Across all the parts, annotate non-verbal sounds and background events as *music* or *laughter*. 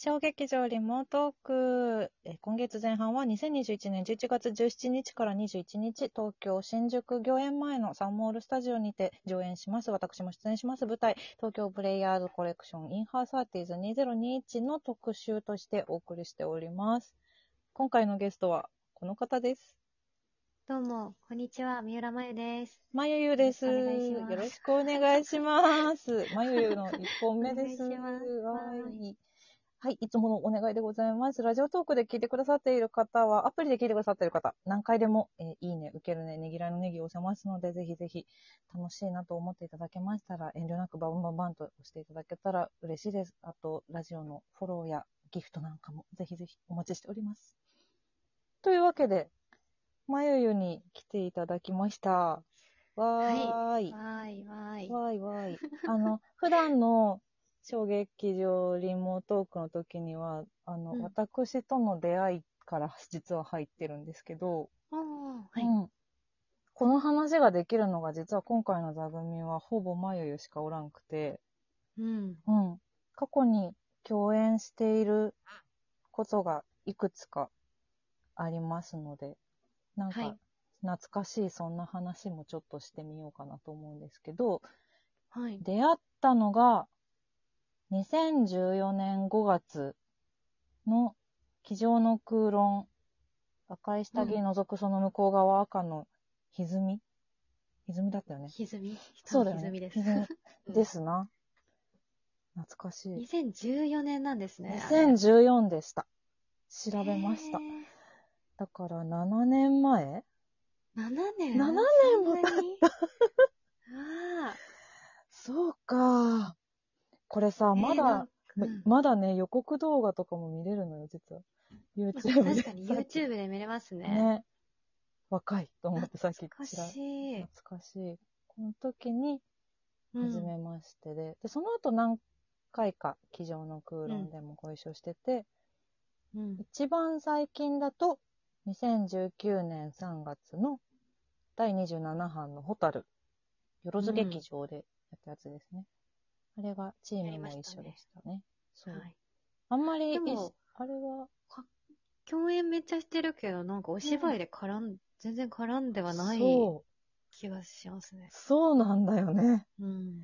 小劇場リモートーク、えー今月前半は2021年11月17日から21日、東京新宿御苑前のサンモールスタジオにて上演します。私も出演します舞台、東京プレイヤーズコレクションインハーサーティーズ2021の特集としてお送りしております。今回のゲストはこの方です。どうも、こんにちは、三浦真由です。まゆゆです。よろしくお願いしますよろしくお願いします。まゆゆの1本目です。お願いしますはい。はい、いつものお願いでございます。ラジオトークで聞いてくださっている方は、アプリで聞いてくださっている方、何回でも、えーいいね、受けるね、ねぎらいのネギを押せますので、ぜひぜひ、楽しいなと思っていただけましたら、遠慮なくバンバンバンと押していただけたら嬉しいです。あと、ラジオのフォローやギフトなんかも、ぜひぜひお待ちしております。というわけで、まゆゆに来ていただきました。わーい。わーい、わーい。わーいわーい。あ *laughs* の、普段の小劇場リモートークの時には、あの、うん私との出会いから実は入ってるんですけど、おー、はい。うんこの話ができるのが実は今回の座組はほぼまゆゆしかおらんくて、うん。うん。過去に共演していることがいくつかありますので、なんはかい懐かしいそんな話もちょっとしてみようかなと思うんですけど、はい。出会ったのが、2014年5月の、机上の空論、赤い下着覗くその向こう側赤の歪み歪みだったよね。歪み。そうだよね。歪みです。み *laughs* ですな。懐かしい。 2014年なんですね。あれ2014でした。調べましたへ。ーだから7年前7年7年も経ったった。あそうか。これさ、あ。まだ、えーまなんかまだね、予告動画とかも見れるのよ、実は。うん YouTube で。確かに YouTube で見れますね。ね。若いと思ってさっき懐かちらしい。懐かしい。この時に、う初んめましてで、で、その後何回か、机上の空論でもご一緒してて、うん一番最近だと、2019年3月の第27版のホタル、よろず劇場でやったやつですね。あれがチームも一緒でしたね。そう。はいあんまり、でもあれは、共演めっちゃしてるけど、なんかお芝居で絡ん、全然絡んではないそう、気がしますね。そうなんだよね。うん。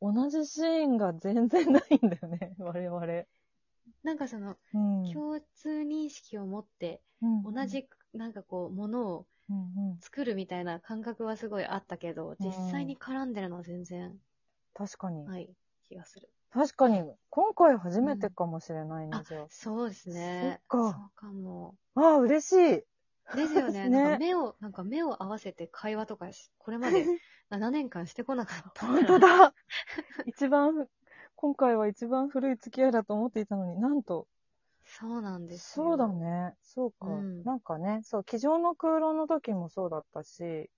同じシーンが全然ないんだよね、 *laughs* 我々。なんかその、うん共通認識を持って、同、じ、なんかこう、ものをうんうんうん作るみたいな感覚はすごいあったけど、うん実際に絡んでるのは全然確かに、ない気がする。確かに、今回初めてかもしれないね、あじゃあ。そうですね。そっかそうかも。ああ、嬉しい。ですよねね。なんか目を、なんか目を合わせて会話とかし、これま *laughs* で7年間してこなかった。本当 *laughs* だ一番、今回は一番古い付き合いだと思っていたのに、なんと、そうなんですよそうだ。ね。そうか。うんなんかね、そう、机上の空論の時もそうだったし、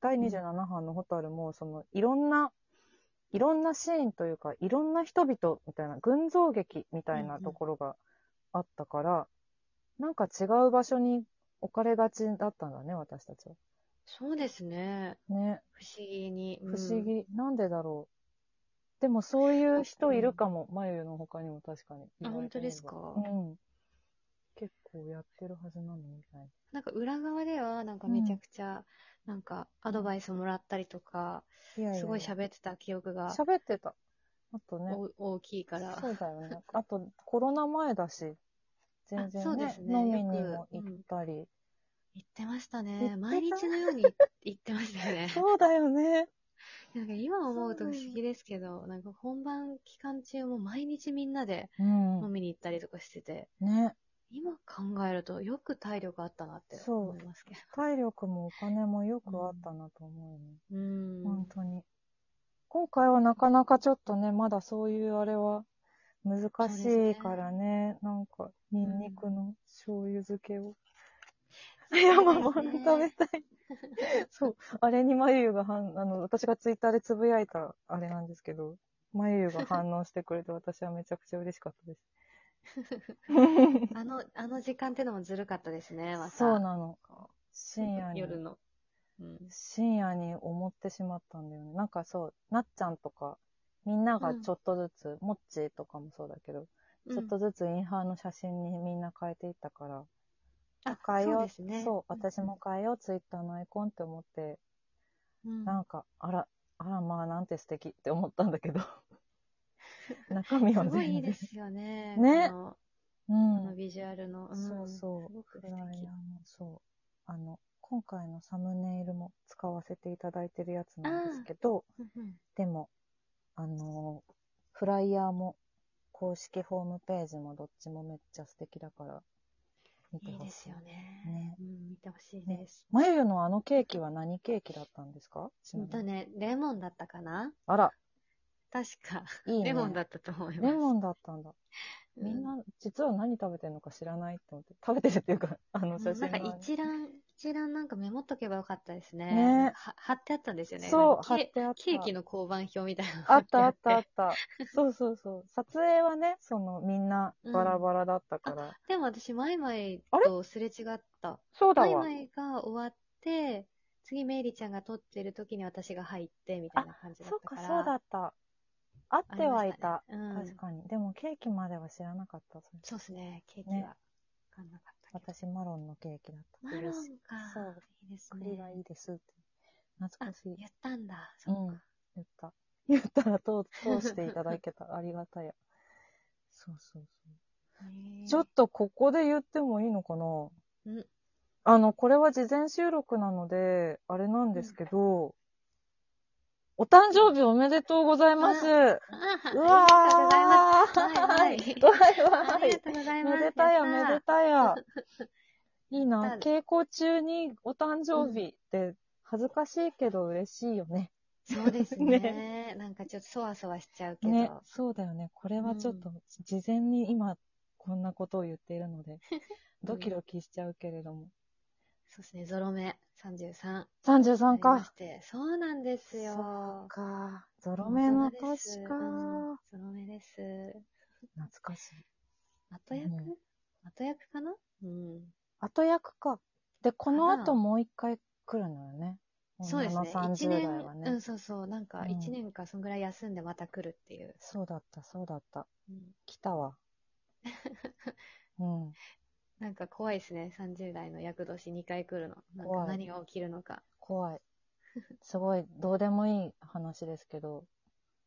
第27版のホタルも、その、いろんな、いろんなシーンというか、いろんな人々みたいな、群像劇みたいなところがあったから、なんか違う場所に置かれがちだったんだね、私たちは。そうですね。ね、不思議に。うん不思。議。なんでだろう。でもそういう人いるかも、まゆゆの他にも確かに。あ本当ですかうん。結構やってるはずなのにみたいな。なんか裏側では、なんかめちゃくちゃ、なんかアドバイスもらったりとか、いやいやすごい喋ってた記憶が喋ってた。あとね、お大きいから。そうだよね。あと、コロナ前だし、全あそ然うね、ですね飲みよくにも行ったり。行ってました行ってねた。毎日のように行ってましたよね。 *laughs* そうだよね。なんか今思うと不思議ですけど、なんか本番期間中も毎日みんなでうん飲。みに行ったりとかしてて、ね、今考えるとよく体力あったなってそう思いますけ体力もお金もよくあったなと思うよね。ど。うん。本当に。今回はなかなかちょっとね、まだそういうあれは難しいからね、なんか、ニンニクの醤油漬けを。いや、まあ、まる食べた *laughs* い。そう。あれにまゆゆが反、あの、私がツイッターでつぶやいたあれなんですけど、まゆゆが反応してくれて私はめちゃくちゃ嬉しかったです。あの、あの時間ってのもずるかったですね、また。そうなの。こう深夜に。夜の。うん。深夜に思ってしまったんだよね。なんかそう、なっちゃんとか、みんながちょっとずつ、もっちーとかもそうだけど、うんちょっとずつインハーの写真にみんな変えていったから、あ変えそうよですね。そう、私も変えよう、ツイッターのアイコンって思って、うん。なんか、あら、あら、まあ、なんて素敵って思ったんだけ *laughs* ど。中身は全すご然。いいいですよね。ねこのうこのん。ビジュアルの。んそうそうすごく素フライ敵ヤー。もそう。あの、今回のサムネイルも使わせていただいてるやつなんですけど、うんうんでも、あのーフライヤーも、公式ホームページもどっちもめっちゃ素敵だから、見ていいほでしすい。よね。ねうん、見てほしいねです。まゆゆのあのケーキは何ケーキだったんですかちほなんみとにね、レモンだったかなあら、確か。いいね。レモンだったと思います。レモンだったんだ。うみんな、実は何食べてるのか知らないって思って、食べてるっていうか、 *laughs* あの写うん真がなんね、か一覧、一覧なんかメモっとけばよかったですね。ねは貼ってあったんですよね。そうなんかケ貼ってあったケーキの交番表みたいなのがあったあったあっ。ってた。そうそうそう。撮影はね、そのみんなバラバラだったから。 *laughs* でも私、マイマイあれとすれ違った。そうだマイわマ。イが終わって、次、メイリちゃんが撮ってる時に私が入って、みたいな感じだそっうたか。からそうだった。あってはいた。ありま確しねうん、かに。でもケーキまでは知らなかった。それそうですね、ケーキは。ねわかんなかったけど。私、マロンのケーキだった。マロン嬉かしい。そう。いいです栗がいね。いですって。懐あかしい、。言ったんだ。うそんうか。。言った。 *laughs* 言ったら通通していただけた。ありがたや。そうそうそう。ねえちょっとここで言ってもいいのかなうんあの、これは事前収録なので、あれなんですけど、お誕生日おめでとうございます。あうわーありがとうございます。はいはい。わあいわりいがとうございま *laughs* す。めでたや、っめーでた *laughs* や。いいやなっ、た稽古中にお誕生日って恥ずかしいけど嬉しいよね。そうです *laughs* ね。なんかちょっとそわそわしちゃうけど。ね、そうだよね。これはちょっと、事前に今、こんなことを言っているので、 *laughs* ドキドキしちゃうけれども。そうですね、ゾロ目33。 33ありまかし。てそうなんですそうよ。か。ゾロ目の確か大人です。うんゾロ目です。懐かしい。後役うん後役かなうん。後役か。で、このかな後もう一回来るのよね。そうですね。女の一30代年、はね。うん、そうそう。なんかうん一年か、そんぐらい休んでまた来るっていう。そうだった、そうだった。うん来た *laughs* わ。うん。なんか怖いですね。30代の厄年2回来るの。なん怖かい何が起きるのか。怖い。すごい、どうでもいい話ですけど、う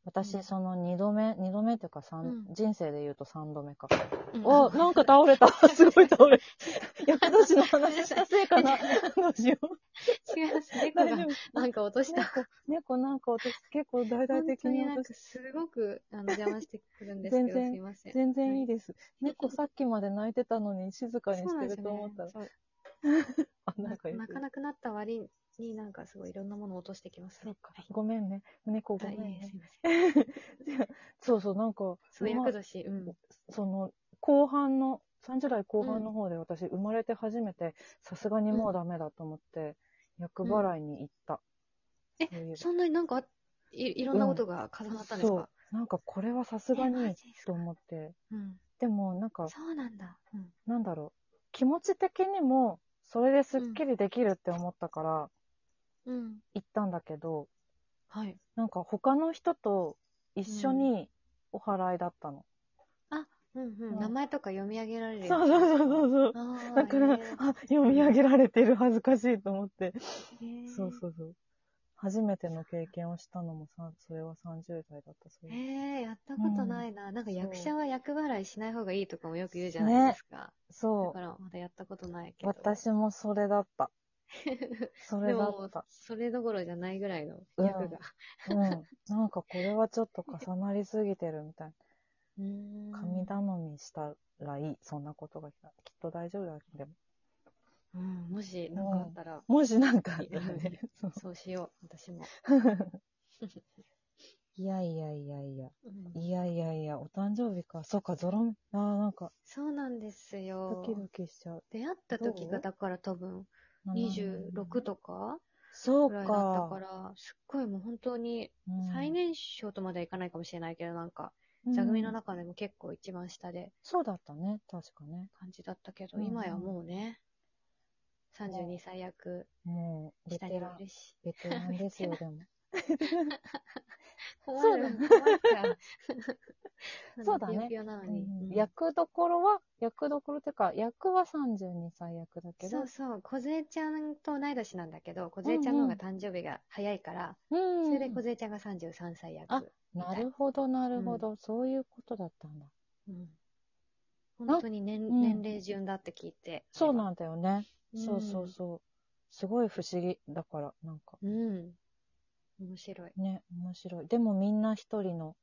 私、んその二度目、二度目っていうか三、うん人生で言うと三度目か。うんお、なんか倒 *laughs* れた。すごい倒れた。厄年の話したせいか *laughs* な。どうしよう。違います。猫大が丈夫。なんか落とした。猫なんか私結構大々本的当にになん私かすごくあの邪魔してくるんですけど、全然すいません。全然いいです。猫さっきまで泣いてたのに静かにそうしなんてでるすと思よっねたら。そうあ、ななんか言っ泣てかるなくなった割になんかすごいいろんなものを落としてきますそねう。か。ごめんね。猫ごはめい、んはいいえすね。いません。そうそう、なんか、そう、ま厄年、うん。その、後半の、30代後半の方で私、生まれて初めて、さすがにもうダメだと思って、厄払いに行った。えそういえばそんなになんかあいいろんなことが重なったんですか、そう。なんかこれはさすがえにマジですとか思って。うん、でも、なんか、そうなんだ。うん。なんだろう。気持ち的にも、それですっきりできるって思ったから、うん。行ったんだけど、はい。なんか他の人と一緒にお祓いだったの。うんううんん。名前とか読み上げられるそうそうそうそうう。そう。あーだから、えーあ、読み上げられてる恥ずかしいと思って。えーそうそうそう。初めての経験をしたのもさ、それは30代だったそうえでー、やったことないな。なんか役者は役払いしない方がいいとかもよく言うじゃないですか。す。だそからまだやったことないけう。ど。私もそれだった。そでれだももっうた。それどころじゃないぐらいの役が。うん。なんかこれはちょっと重なりすぎてるみたいな。うん神頼みしたらいい。そんなことが来た。きっと大丈夫だけど。うん、もし何かあったら、もしなんかあっいたらね。そうそうしよう、私も。いやいやいやいや。うんいやいやいや、お誕生日か。そうか、ゾロ目。ああ、なんか、そうなんですドよ。キドキしちゃう。出会った時どがうだから多分26 26とかそうぐらいだったかか。ら、すっごいもう本当にうん最年少とまではいかないかもしれないけど、なんか、座組のうん中でも結構一番下でそうだったね、確かね。感じだったけど、うん今やもうね、も32う歳役もう、ベ下テにラもンい、るし。 *laughs* ベテランですよ、でも。困る。困るから。 *laughs* そうだねなんかぴよぴよなのに。うん役どころは、役どころっていうか、役は32歳役だけど、そうそう、梢ちゃんと同い年なんだけど、梢ちゃんの方が誕生日が早いから、うんそれで梢ちゃんが33歳役。あなるほど、なるほど、そういうことだったんだ。うん本当に年,、うん年齢順だって聞いて。そうなんだよね。うんそうそうそう。すごい不思議だから、なんか。うん。面白い。ね、面白い。でもみんな一人の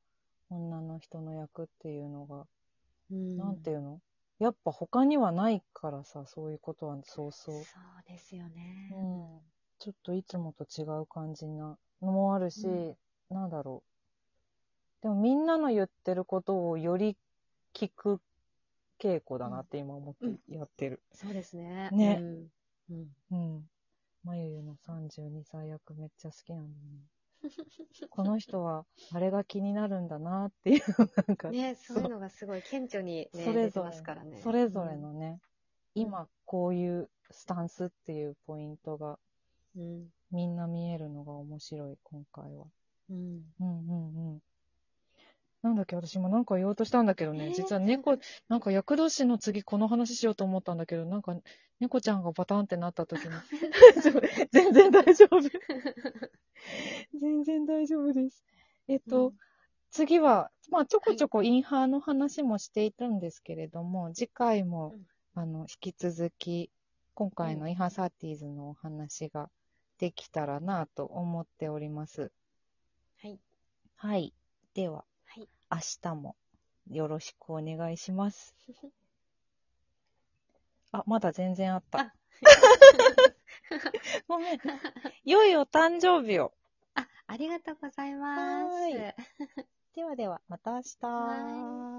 女の人の役っていうのが、うんなんていうのやっぱ他にはないからさ、そういうことはそうそう。そうですよね。うんちょっといつもと違う感じなのもあるし、うんなんだろう。でもみんなの言ってることをより聞く稽古だなって今思ってやってる。そうですね。ねうん。うんうん。まゆゆの32歳役めっちゃ好きなんだよね。この人はあれが気になるんだなっていう、なんか、ね、そういうのがすごい顕著に、ね、それ出てぞまれすからね。それぞれのね、今こういうスタンスっていうポイントがうん。うんみんな見えるのが面白い、今回は。うん。うんうんうん。なんだっけ、私もなんか言おうとしたんだけどね、えー実は猫、なんか厄年の次この話しようと思ったんだけど、なんか猫ちゃんがバタンってなった時 *laughs* に、ちょ *laughs* 全然大 *laughs* 丈夫。全然大丈夫です。えっと、次は、まあ、ちょこちょこインハーの話もしていたんですけれども、次回も、あの、引き続き、今回のインハーサーティーズのお話ができたらなと思っております。はい。はい。では、はい。明日もよろしくお願いします。あ、まだ全然あった。あ *laughs* ごめん。良いお誕生日を。あ、ありがとうございまはーいす。ではでは、また明日。は